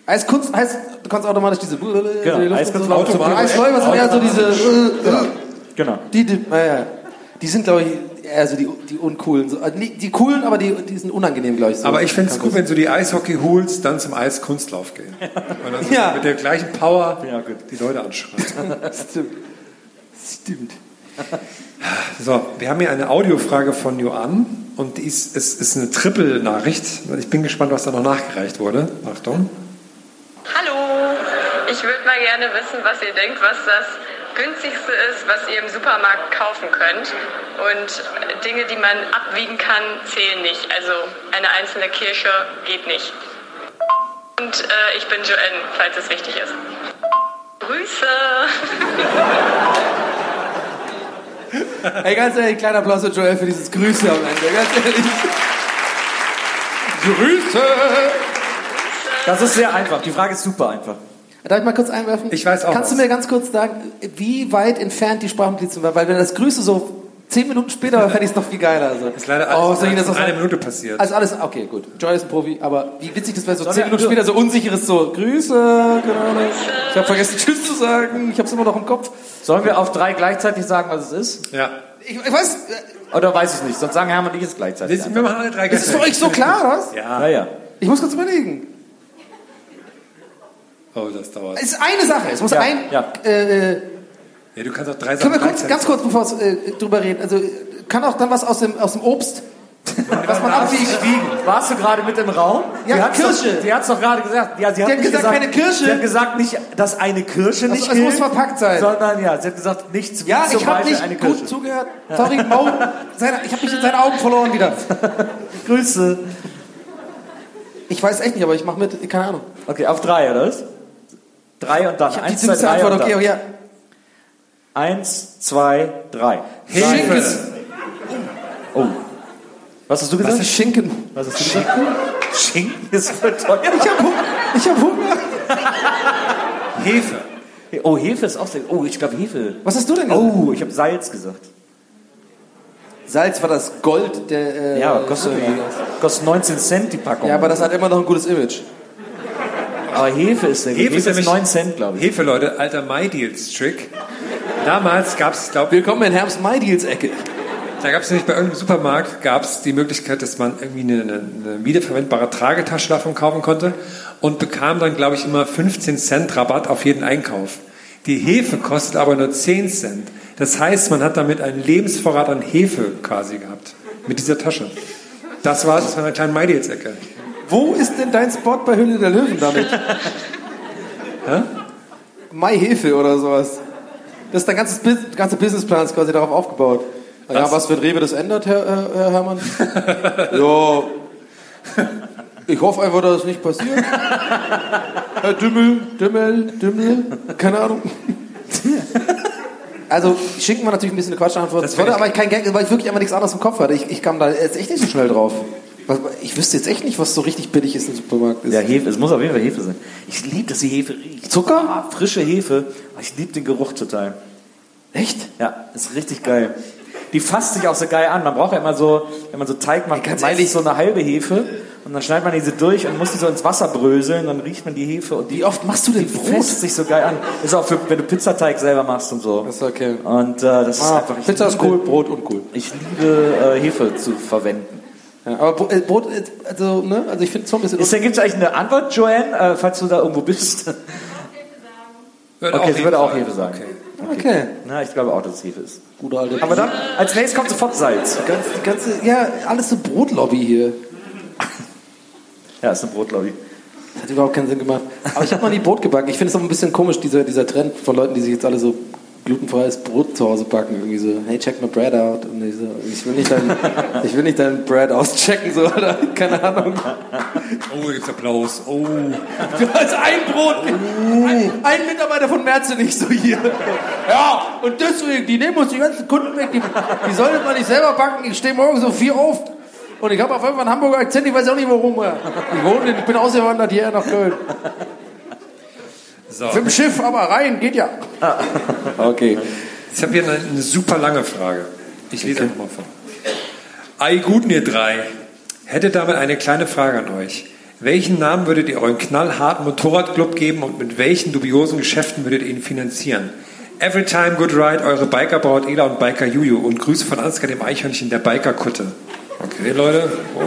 Eiskunst heißt, du kannst automatisch diese... Genau, Eiskunstläufer so. automatisch- Eisläufer sind eher so diese... äh, Genau. Die, die, naja, die sind, glaube ich, eher so die, die uncoolen. So, äh, nee, die coolen, aber die, die sind unangenehm, glaube ich. So. Aber ich fände es gut, wenn so die Eishockey-Hools dann zum Eiskunstlauf gehen. Und dann so Ja. mit der gleichen Power Ja, gut. die Leute anschreien. Stimmt. Stimmt. So, wir haben hier eine Audiofrage von Joann und die ist, es ist eine Triple-Nachricht. Ich bin gespannt, was da noch nachgereicht wurde. Achtung. Hallo, ich würde mal gerne wissen, was ihr denkt, was das günstigste ist, was ihr im Supermarkt kaufen könnt. Und Dinge, die man abwiegen kann, zählen nicht. Also eine einzelne Kirsche geht nicht. Und äh, ich bin Joanne, falls es wichtig ist. Grüße! Ey, ganz ehrlich, kleiner Applaus für Joel für dieses Grüße am Ende. Ganz ehrlich. Grüße! Das ist sehr einfach. Die Frage ist super einfach. Darf ich mal kurz einwerfen? Ich weiß auch Kannst was. du mir ganz kurz sagen, wie weit entfernt die Sprachnotizen waren? Weil wenn das Grüße so zehn Minuten später war, fände ich es noch viel geiler. Also. Ist leider alles oh, soll ich in das noch einer sagen? Minute passiert. Also alles, okay, gut. Joy ist ein Profi, aber wie witzig das wäre, so zehn wir- Minuten später so unsicheres so, Grüße, keine Ahnung. Ich habe vergessen Tschüss zu sagen, ich habe es immer noch im Kopf. Sollen wir auf drei gleichzeitig sagen, was es ist? Ja. Ich, ich weiß, Oder weiß ich nicht? Sonst sagen Hermann und ich es gleichzeitig. Wir machen alle drei das ist für euch so klar, oder was? Ja. Naja. Ich muss kurz überlegen. Oh, das dauert. Es ist eine Sache, es muss Ja, ein... ja. Äh, äh, Ja, du kannst auch drei Können Sachen wir kurz, ganz kurz, bevor wir äh, drüber reden, also äh, kann auch dann was aus dem, aus dem Obst, was man abwiegt. Warst du gerade mit im Raum? Ja, die hat's Kirsche. Doch, die hat's doch gerade gesagt. Ja, sie hat Die hat nicht gesagt, keine Kirsche. Also Sie hat gesagt, nicht, dass eine Kirsche nicht es gilt, muss verpackt sein. Sondern, ja, sie hat gesagt, nichts wie Ja, zum ich habe Beispiel nicht eine gut Kirsche. zugehört. Sorry, Mo, seine, ich habe mich in seine Augen verloren wieder. Grüße. Ich weiß echt nicht, aber ich mache mit, keine Ahnung. Okay, auf drei, oder was? Drei und dann. Ich habe die Eins, zwei, dümmste drei Antwort, und okay, dann. oh ja. Eins, zwei, drei. Oh. Schinken. Was hast du Was gesagt? ist Schinken? Was hast du gesagt? Schinken ist voll teuer. Ich habe Hunger. Ich hab Hunger. Hefe. Oh, Hefe ist auch sehr... Oh, ich glaube Hefe. Was hast du denn gesagt? Oh, ich habe Salz gesagt. Salz war das Gold der... Äh, Ja, kostet, kostet 19 Cent die Packung. ja, aber das hat immer noch ein gutes Image. Aber Hefe ist sehr gut. Hefe ist nämlich- 9 Cent, glaube ich. Hefe, Leute, alter My-Deals-Trick. Damals gab es, glaube Willkommen in Herms Mai Deals Ecke. Da gab es nämlich bei irgendeinem Supermarkt gab's die Möglichkeit, dass man irgendwie eine, eine, eine wiederverwendbare Tragetasche davon kaufen konnte und bekam dann, glaube ich, immer 15 Cent Rabatt auf jeden Einkauf. Die Hefe kostet aber nur 10 Cent. Das heißt, man hat damit einen Lebensvorrat an Hefe quasi gehabt. Mit dieser Tasche. Das war es von einer kleinen Maidels-Ecke. Wo ist denn dein Spot bei Höhle der Löwen damit? Hä? Mai Hefe oder sowas. Das ist dein ganzes Bus ganze Businessplan ist quasi darauf aufgebaut. Na Ja, was wird Rewe das ändert, Herr, äh, Herr Hermann? ja. Ich hoffe einfach, dass es nicht passiert. Herr Dümmel, Dümmel, Dümmel. Keine Ahnung. Also, Schinken war natürlich ein bisschen eine Quatschantwort. Das wurde aber kein Gag, weil ich wirklich einfach nichts anderes im Kopf hatte. Ich, ich kam da jetzt echt nicht so schnell drauf. Was- Ich wüsste jetzt echt nicht, was so richtig billig ist im Supermarkt. Ist. Ja, Hefe. Es muss auf jeden Fall Hefe sein. Ich liebe, dass die Hefe riecht. Zucker? Ah, frische Hefe. Ah, Ich liebe den Geruch total. Echt? Ja, ist richtig geil. Die fasst sich auch so geil an. Man braucht ja immer so, wenn man so Teig macht, Ey, ganz meist ehrlich. so eine halbe Hefe. Und Und dann schneidet man diese durch und muss die so ins Wasser bröseln, dann riecht man die Hefe und die. Wie oft machst du denn Die fest sich so geil an. Ist auch für, wenn du Pizzateig selber machst und so. Das ist okay. Und äh, das Ah, ist einfach. ich Pizza ist liebe- cool, Brot uncool. Ich liebe äh, Hefe zu verwenden. Ja, aber Bro- äh, Brot, äh, also, ne? Also ich finde es so ein bisschen. Ist da gibt's eigentlich eine Antwort, Joanne, äh, falls du da irgendwo bist? Wird Okay, sie würde auch Hefe Hefe sagen. okay. Na, ich glaube auch, dass es Hefe ist. Gute alte. Aber dann, als nächstes kommt sofort Salz. Ganz, die ganze, ja, alles eine Brotlobby hier. Ja, ist eine Brotlobby. Das hat überhaupt keinen Sinn gemacht. Aber ich habe mal nie Brot gebacken. Ich finde es auch ein bisschen komisch, dieser, dieser Trend von Leuten, die sich jetzt alle so glutenfreies Brot zu Hause backen. Irgendwie so, hey, check my bread out. Und ich, so, ich, will nicht dein, ich will nicht dein Bread auschecken, so, oder? Keine Ahnung. Oh, hier gibt's Applaus. Oh. Du hast ein Brot. Ein, ein Mitarbeiter von Merze nicht so hier. Ja, und deswegen, die nehmen uns die ganzen Kunden weg. Die, die sollte man nicht selber backen. Ich stehe morgen so vier auf. Und ich habe auf einmal einen Hamburger Akzent. Ich weiß auch nicht, warum. ja. Ich, wohne, ich bin ausgewandert hierher nach Köln. So. Mit dem Schiff, aber rein, geht ja. Okay. Ich habe hier eine, eine super lange Frage. Ich lese einfach mal vor. Ei guten ihr drei. Hätte damit eine kleine Frage an euch. Welchen Namen würdet ihr euren knallharten Motorradclub geben und mit welchen dubiosen Geschäften würdet ihr ihn finanzieren? Everytime Good Ride, eure Bikerbraut Ela und Biker Juju und Grüße von Ansgar dem Eichhörnchen der Bikerkutte. Okay, Leute. Oh.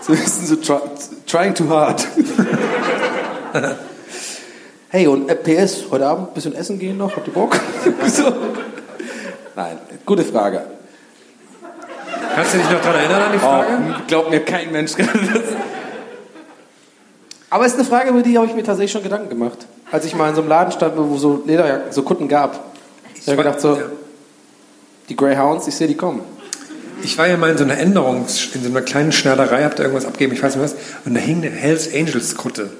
So ein bisschen so try, trying too hard. hey, und äh, PS, heute Abend ein bisschen essen gehen noch? Habt ihr Bock? so. Nein, gute Frage. Kannst du dich noch daran erinnern an die Frage? Glaubt mir kein Mensch. Das- Aber es ist eine Frage, über die habe ich mir tatsächlich schon Gedanken gemacht. Als ich mal in so einem Laden stand, wo so Lederjacken, so Kutten gab. Ich habe war- gedacht, so, ja. die Greyhounds, ich sehe die kommen. Ich war ja mal in so einer Änderungs-, in so einer kleinen Schneiderei, hab da irgendwas abgegeben, ich weiß nicht was, und da hing eine Hells Angels Kutte.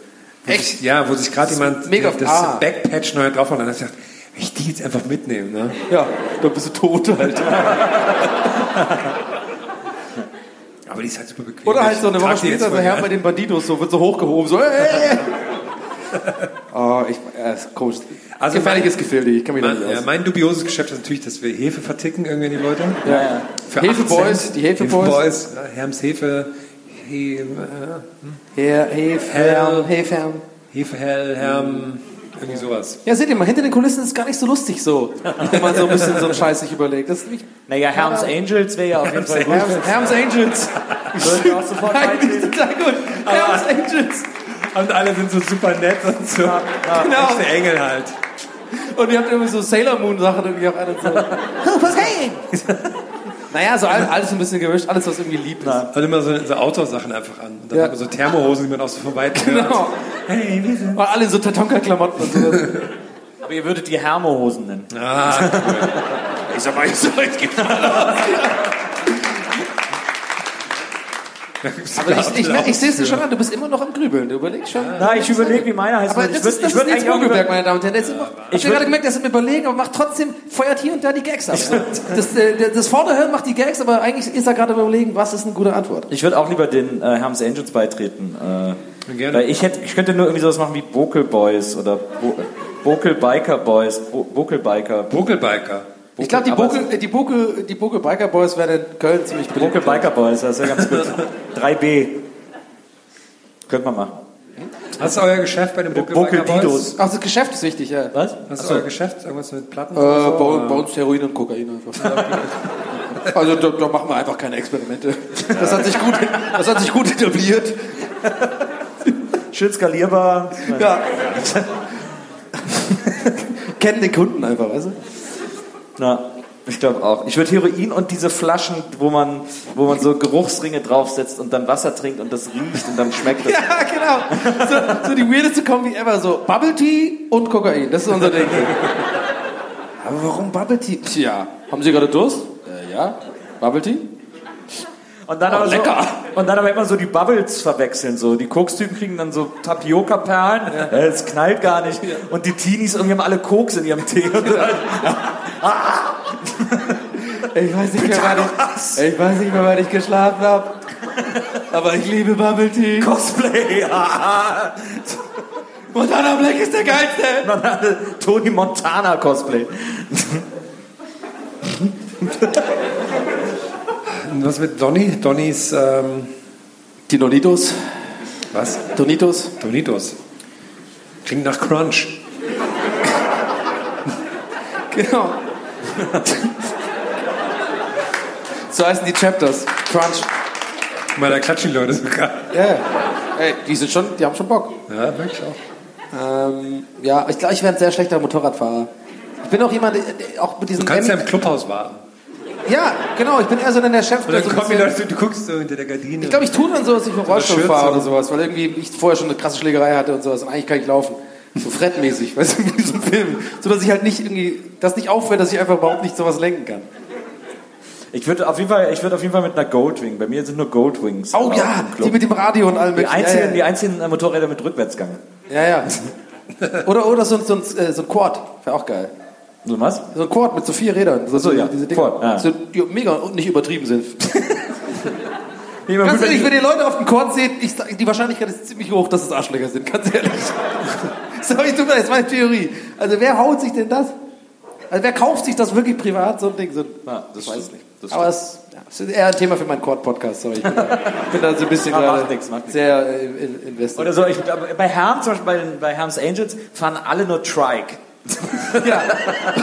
Wo Echt? Sich, ja, wo sich gerade jemand mega- das ah. Backpatch neu drauf hat, und dann hab ich gedacht, wenn ich die jetzt einfach mitnehme, ne? Ja, da bist du tot halt. Aber die ist halt super bequem. Oder halt so eine Ich Woche trag die jetzt später, so voll Herr gern. bei den Bandidos, so wird so hochgehoben, so, ey. oh, ich, äh, ist komisch. Also Also gefährliches Gefilde, ich kann mich da mein, nicht ja, aus. mein dubioses Geschäft ist natürlich, dass wir Hefe verticken irgendwie an die Leute. Ja, ja. Für Hefe 8 Cent. Boys, die Hefe Boys. ja, Herms Hefe, Hefe, äh, Herr, Hefern, Hefern. Hefe Hell, Herm, irgendwie sowas. Ja, seht ihr mal, hinter den Kulissen ist es gar nicht so lustig so, wenn man so ein bisschen so einen Scheiß sich überlegt. Das ist nicht Naja, Herms Angels wäre ja auf jeden Fall gut. Herms, Herms Angels. Würden wir auch sofort Nein, die beitreten. sind total gut. Herms Angels. Und alle sind so super nett und so. Genau. Echte Engel halt. Und ihr habt irgendwie so Sailor Moon Sachen irgendwie auch an und so. Was hey? Naja, so alles, alles ein bisschen gemischt, alles was irgendwie lieb ist. Und immer so, so Outdoor-Sachen einfach an. Und dann Ja. hat man so Thermohosen, die man auch so vorbei Genau. Hey, wir sind. Und alle in so Tatonka-Klamotten und so. Aber ihr würdet die Hermohosen nennen. Ah, Ich sag mal, ich sag mal, es gibt Aber ich, ich, ich, ich sehe es dir schon an, du bist immer noch am Grübeln, du überlegst schon. Na, ich überlege, wie meine heißt. aber Also ich das würd- ist, das ich würd ist Nils eigentlich auch über- Bogelberg, meine Damen und Herren. Der ist immer, habt ihr würd- gerade gemerkt, der ist im Überlegen, aber macht trotzdem, feuert hier und da die Gags ab. Das, äh, der- das Vorderhirn macht die Gags, aber eigentlich ist er gerade im Überlegen, was ist eine gute Antwort. Ich würde auch lieber den äh, Herms Angels beitreten. Äh, Gerne. Weil ich, hätte, ich könnte nur irgendwie sowas machen wie Bokel Boys oder Bo Bokel Biker Boys, Bo Bokel Biker. Buckelbiker. Ich glaube, die aber- Bokel, äh, die Bokel, die Bokel Biker Boys werden in Köln ziemlich beliebt. Bokel Biker Boys, das ist ja ganz gut. 3B. Könnte man machen. Hast du euer Geschäft bei den Buckelbiker Bokel Boys? Didos. Ach, das Geschäft ist wichtig, ja. Äh, Was? Hast du euer Geschäft? Irgendwas mit Platten? oder so? bei, bei uns Heroin und Kokain einfach. Also da, da machen wir einfach keine Experimente. Das hat sich gut, das hat sich gut etabliert. Schön skalierbar. Ja. Kennen den Kunden einfach, weißt du? Na, ich glaube auch. Ich würde Heroin und diese Flaschen, wo man, wo man so Geruchsringe draufsetzt und dann Wasser trinkt und das riecht und dann schmeckt das. Ja, genau. So, so die weirdeste Kombi ever. So Bubble Tea und Kokain. Das ist unser Ding. Aber warum Bubble Tea? Tja, haben Sie gerade Durst? Äh, ja. Bubble Tea? Und Oh, dann, aber So, und dann aber immer so die Bubbles verwechseln. So. Die Koks-Typen kriegen dann so Tapioca-Perlen. Äh, Es knallt gar nicht. Und die Teenies irgendwie haben alle Koks in ihrem Tee. Und dann, Ey, Ich weiß nicht mehr, wann ich, ey, ich, weiß nicht mehr, wann ich geschlafen habe. Aber ich liebe Bubble Tea. Cosplay. ja. Montana Black ist der geilste. Man hatte Tony Montana Cosplay. Und was mit Donny? Donnys. Ähm, Die Donitos. was? Donitos. Donitos. Klingt nach Crunch. Genau. so heißen die Chapters. Crunch. Mal da klatschen die Leute sogar. Ja, ja. Ey, die sind schon, die haben schon Bock. Ja, wirklich auch. Ähm, ja, ich glaube, ich wäre ein sehr schlechter Motorradfahrer. Ich bin auch jemand, der- der auch mit diesem Du kannst ja Emmy- im Clubhaus warten. ja, genau, ich bin eher so der Chef. Und der dann so ein kommen die bisschen- Leute, du guckst so hinter der Gardine. Ich glaube, ich tue dann so, dass ich mit dem Rollstuhl Schürze. fahre oder sowas, weil irgendwie ich vorher schon eine krasse Schlägerei hatte und sowas und eigentlich kann ich laufen. So Fred-mäßig, weißt du, wie in diesem Film. So, dass ich halt nicht irgendwie, das nicht auffällt, dass ich einfach überhaupt nicht sowas lenken kann. Ich würde auf, jeden Fall- ich würde auf jeden Fall mit einer Goldwing. Bei mir sind nur Goldwings. Oh im ja, Club. die mit dem Radio und allem Die möglichen. einzigen, die ja, einzigen äh, Motorräder mit Rückwärtsgang. ja. ja, ja. Oder, oder so, ein- so, ein, äh, so ein Quad, wäre auch geil. So was? So ein Quad mit so vier Rädern. So, so, ja. Diese Dinger. Quad, ja. So, die mega und nicht übertrieben sind. Nee, aber Ganz gut, ehrlich, wenn wenn ihr Leute auf dem Quad seht, ich sag, die Wahrscheinlichkeit ist ziemlich hoch, dass es Arschlöcher sind, ganz ehrlich. Sorry, tut mir leid, das ist meine Theorie. Also wer haut sich denn das? Also wer kauft sich das wirklich privat, so ein Ding? So, ein- Ja, das ich weiß stimmt, nicht. das Aber es ja, es ist eher ein Thema für meinen Quad-Podcast, sorry. Ich bin da, bin da so ein bisschen Ah, macht gerade nix, macht nix. sehr äh, in- investiert. Oder so, ich, aber bei Herm, zum Beispiel bei, den- bei Herms Angels, fahren alle nur Trike. ja.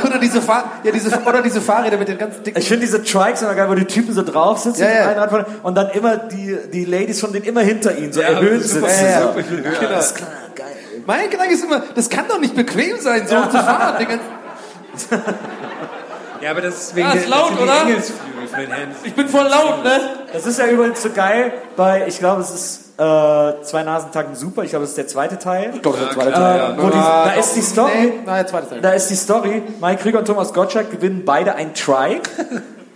oder, diese Fahr ja, diese, oder diese Fahrräder mit den ganzen dicken... Ich finde diese Trikes immer geil, wo die Typen so drauf sitzen Ja, ja. mit einem Rad vorne und dann immer die, die Ladies von denen immer hinter ihnen so erhöht sitzen. ja, so. ja. Genau. Mein Gedanke ist immer, das kann doch nicht bequem sein, so zu fahren. Den ganzen- Ja, aber das ist wegen Ah, der, ist laut, das sind die oder? Engelsflügel von den Händen. Ich bin voll laut, ne? Das ist ja übrigens so geil bei, ich glaube, es ist äh, zwei Nasentanken super, ich glaube, es ist der zweite Teil. Doch, der zweite Äh, Teil, ja. wo die, da ist die Story. Ah, Nee, nein, zweite Teil. Da ist die Story. Mike Krieger und Thomas Gottschalk gewinnen beide ein Try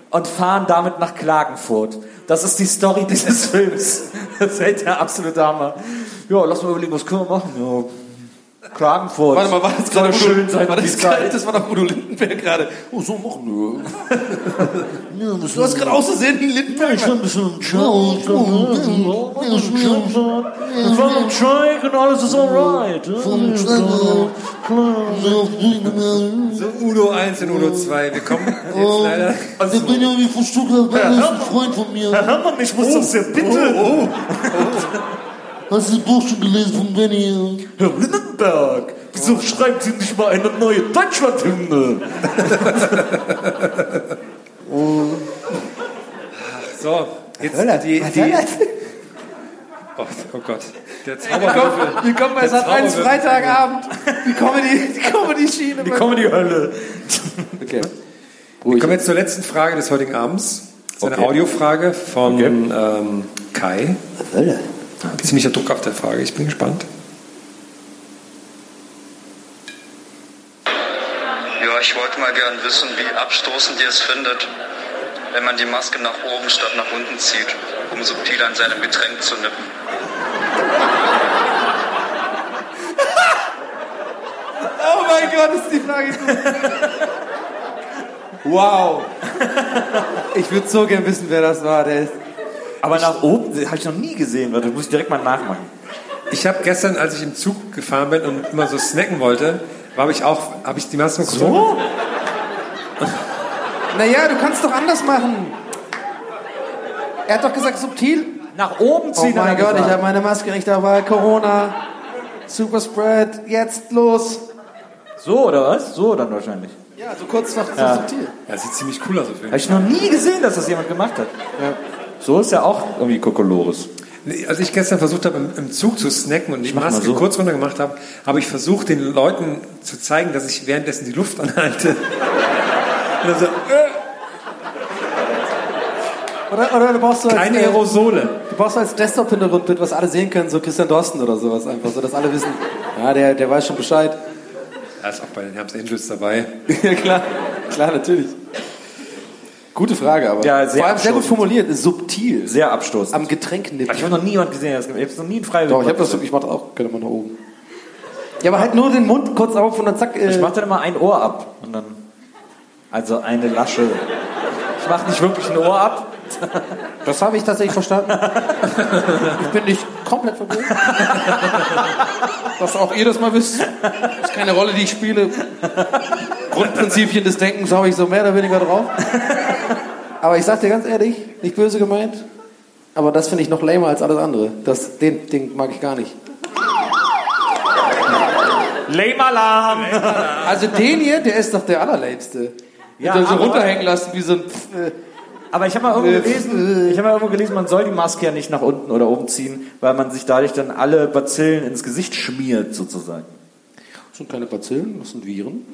und fahren damit nach Klagenfurt. Das ist die Story dieses Films. Das ist echt der absolute Hammer. Ja, lass mal überlegen, was können wir machen? Ja, Klagenfurt. Warte mal, war das Soll gerade Udo- schön sein. War die das, gerade, Zeit. das war doch Udo Lindenberg gerade. Oh, so machen wir. du hast gerade ausgesehen, den Lindenberg. Ich bin ein bisschen schaut. Ich war im Trike und alles ist alright. So Udo 1 und Udo 2. Wir kommen jetzt Oh. leider. Also, Benjamin von Stuttgart, Berlin ist ein Freund von mir. Herr Herrmann, ich muss das ja Oh, bitte. Hast du das Buch schon gelesen von Benny? Herr Lindenberg, wieso schreibt Sie nicht mal eine neue Deutschlandhymne? So, jetzt die. die oh, oh Gott. Der Zauberwürfel. Wir kommen bei Der Sat 1 Zauberwürfel. Freitagabend. Die Comedy- die Comedy-Schiene. Die Komm in die Hölle. okay. Wir kommen jetzt zur letzten Frage des heutigen Abends. Das ist eine Audiofrage von ähm, Kai. Ah, Ziemlicher Druck auf der Frage. Ich bin gespannt. Ja, ich wollte mal gern wissen, wie abstoßend ihr es findet, wenn man die Maske nach oben statt nach unten zieht, um subtil an seinem Getränk zu nippen. Oh mein Gott, ist die Frage gut. Wow. Ich würde so gern wissen, wer das war. Der ist Aber nach oben habe ich noch nie gesehen. Warte, muss ich direkt mal nachmachen. Ich habe gestern, als ich im Zug gefahren bin und immer so snacken wollte, habe ich auch hab ich die Maske mal kurz hoch- Naja, du kannst doch anders machen. Er hat doch gesagt, subtil. Nach oben Oh ziehen. mein hat er Gott, ich gesagt. habe meine Maske nicht dabei. Corona. Superspread. Jetzt los. So oder was? So dann wahrscheinlich. Ja, so kurz nach so subtil. Ja, sieht ziemlich cool aus auf jeden Fall. Habe ich noch nie gesehen, dass das jemand gemacht hat. So ist ja auch irgendwie Kokolores. Nee, Als ich gestern versucht habe, im- im Zug zu snacken und die mach mal Maske so. kurz runter gemacht habe, habe ich versucht, den Leuten zu zeigen, dass ich währenddessen die Luft anhalte. und dann so, äh, Oder, oder du brauchst so als, keine äh, Aerosole. du brauchst so als Desktop-Hintergrundbild, was alle sehen können, so Christian Dorsten oder sowas einfach, so dass alle wissen, ja, der, der weiß schon Bescheid. Da ist auch bei den Herms Angels dabei. ja, klar. Klar, natürlich. Gute Frage, aber Ja, sehr vor allem sehr gut abstoßend. formuliert, ist subtil. Sehr abstoßend. Am Getränk nippen. Aber ich habe noch nie jemand gesehen, der das gemacht hat. Ich habe noch nie einen Freiwilligen. Doch, ich hab das, ich mach das auch gerne mal nach oben. Ja, aber halt nur den Mund kurz auf und dann zack. Äh, Ich mache dann immer ein Ohr ab und dann. Also eine Lasche. Ich mache nicht wirklich ein Ohr ab. das habe ich tatsächlich verstanden. ich bin nicht komplett verwirrt. Dass auch ihr das mal wisst. Das ist keine Rolle, die ich spiele. Grundprinzipien des Denkens habe ich so mehr oder weniger drauf. Aber ich sag dir ganz ehrlich, nicht böse gemeint, aber das finde ich noch lamer als alles andere. Das, den, den mag ich gar nicht. Lame-Alarm! Also den hier, der ist doch der allerlämste. Ja, Ja, dann so aber- runterhängen lassen, wie so ein... Pff, äh. Aber ich habe mal irgendwo Äh, gelesen, ich habe mal irgendwo gelesen, man soll die Maske ja nicht nach unten oder oben ziehen, weil man sich dadurch dann alle Bazillen ins Gesicht schmiert sozusagen. Das sind keine Bazillen, das sind Viren.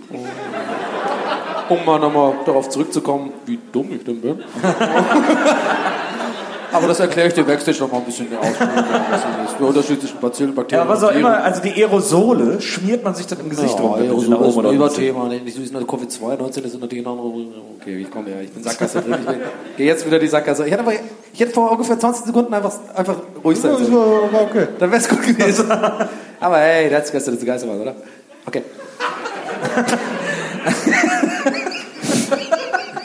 Um mal nochmal darauf zurückzukommen, wie dumm ich denn bin. Aber das erkläre ich dir Backstage nochmal ein bisschen mehr aus. Die unterschiedlichen Bazillen, Ja, Bakterien. was auch und Viren. immer, also die Aerosole schmiert man sich dann im Gesicht ja, rum. wenn man Aerosol nach oben ist ne? ein oder unten zieht. Überthema. Nee, Ich ist nur Covid-19 ist natürlich ein anderes. Okay, ich komme ja, ich bin Sackgasse drin. Ich bin, geh jetzt wieder die Sackgasse. Ich hätte, aber, ich hätte vor ungefähr 20 Sekunden einfach, einfach ruhig sein sollen. Okay. Dann wär's gut gewesen. aber hey, das ist das Geilste, Mann, oder? Okay.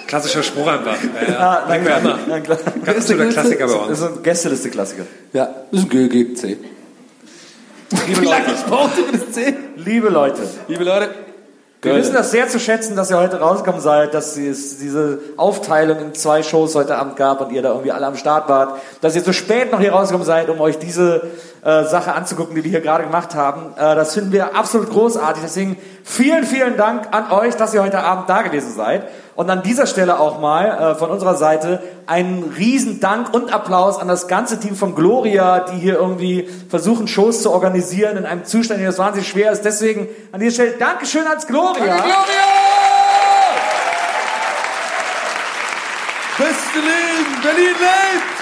Klassischer Spruch einfach. Ja, Ah, ja. na Denken wir klar, immer. na klar. Ganz absoluter Klassiker bei uns. Das ist ein Gästeliste-Klassiker. Ja, ist ein G gegen C. Liebe braucht ihr das C? Liebe Leute, Liebe Leute, wir wissen das sehr zu schätzen, dass ihr heute rausgekommen seid, dass es diese Aufteilung in zwei Shows heute Abend gab und ihr da irgendwie alle am Start wart, dass ihr so spät noch hier rausgekommen seid, um euch diese äh, Sache anzugucken, die wir hier gerade gemacht haben. Äh, das finden wir absolut großartig. Deswegen vielen, vielen Dank an euch, dass ihr heute Abend da gewesen seid. Und an dieser Stelle auch mal äh, von unserer Seite einen riesen Dank und Applaus an das ganze Team von Gloria, die hier irgendwie versuchen, Shows zu organisieren in einem Zustand, der das wahnsinnig schwer ist. Deswegen an dieser Stelle Dankeschön ans Gloria. Beste Leben! Berlin lebt!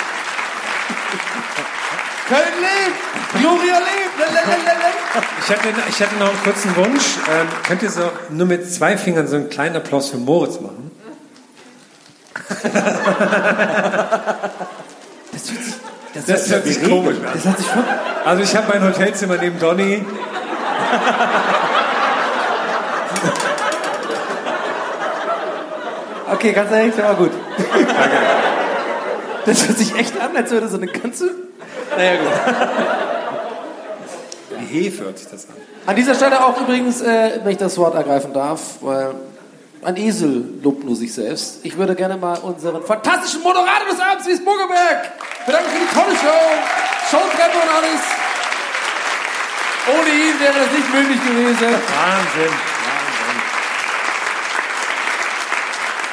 Köln lebt! Gloria lebt! Le, le, le, le, le. Ich hatte, ich hatte noch einen kurzen Wunsch. Ähm, könnt ihr so nur mit zwei Fingern so einen kleinen Applaus für Moritz machen? Das, Das hört sich komisch an. das hat sich schon. Also ich habe mein Hotelzimmer neben Donny. Okay, ganz ehrlich, der war gut. Das hört sich echt an, als würde so eine ganze. Naja, gut. Wie Hefe hört sich das an. An dieser Stelle auch übrigens, äh, wenn ich das Wort ergreifen darf, weil ein Esel lobt nur sich selbst. Ich würde gerne mal unseren fantastischen Moderator des Abends, Wies Burgerberg, bedanken für die tolle Show. Showtreppe und alles. Ohne ihn wäre das nicht möglich gewesen. Wahnsinn.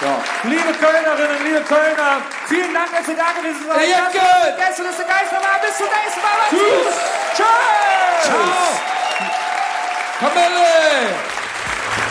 Ja. Liebe Kölnerinnen, liebe Kölner, vielen Dank, dass ihr da gewesen seid. Ja, Das Jacke! war's. Gästeliste Geisterbahn. Bis zum nächsten Mal. Macht's gut. Tschüss. Tschüss. Ciao. Kamelle!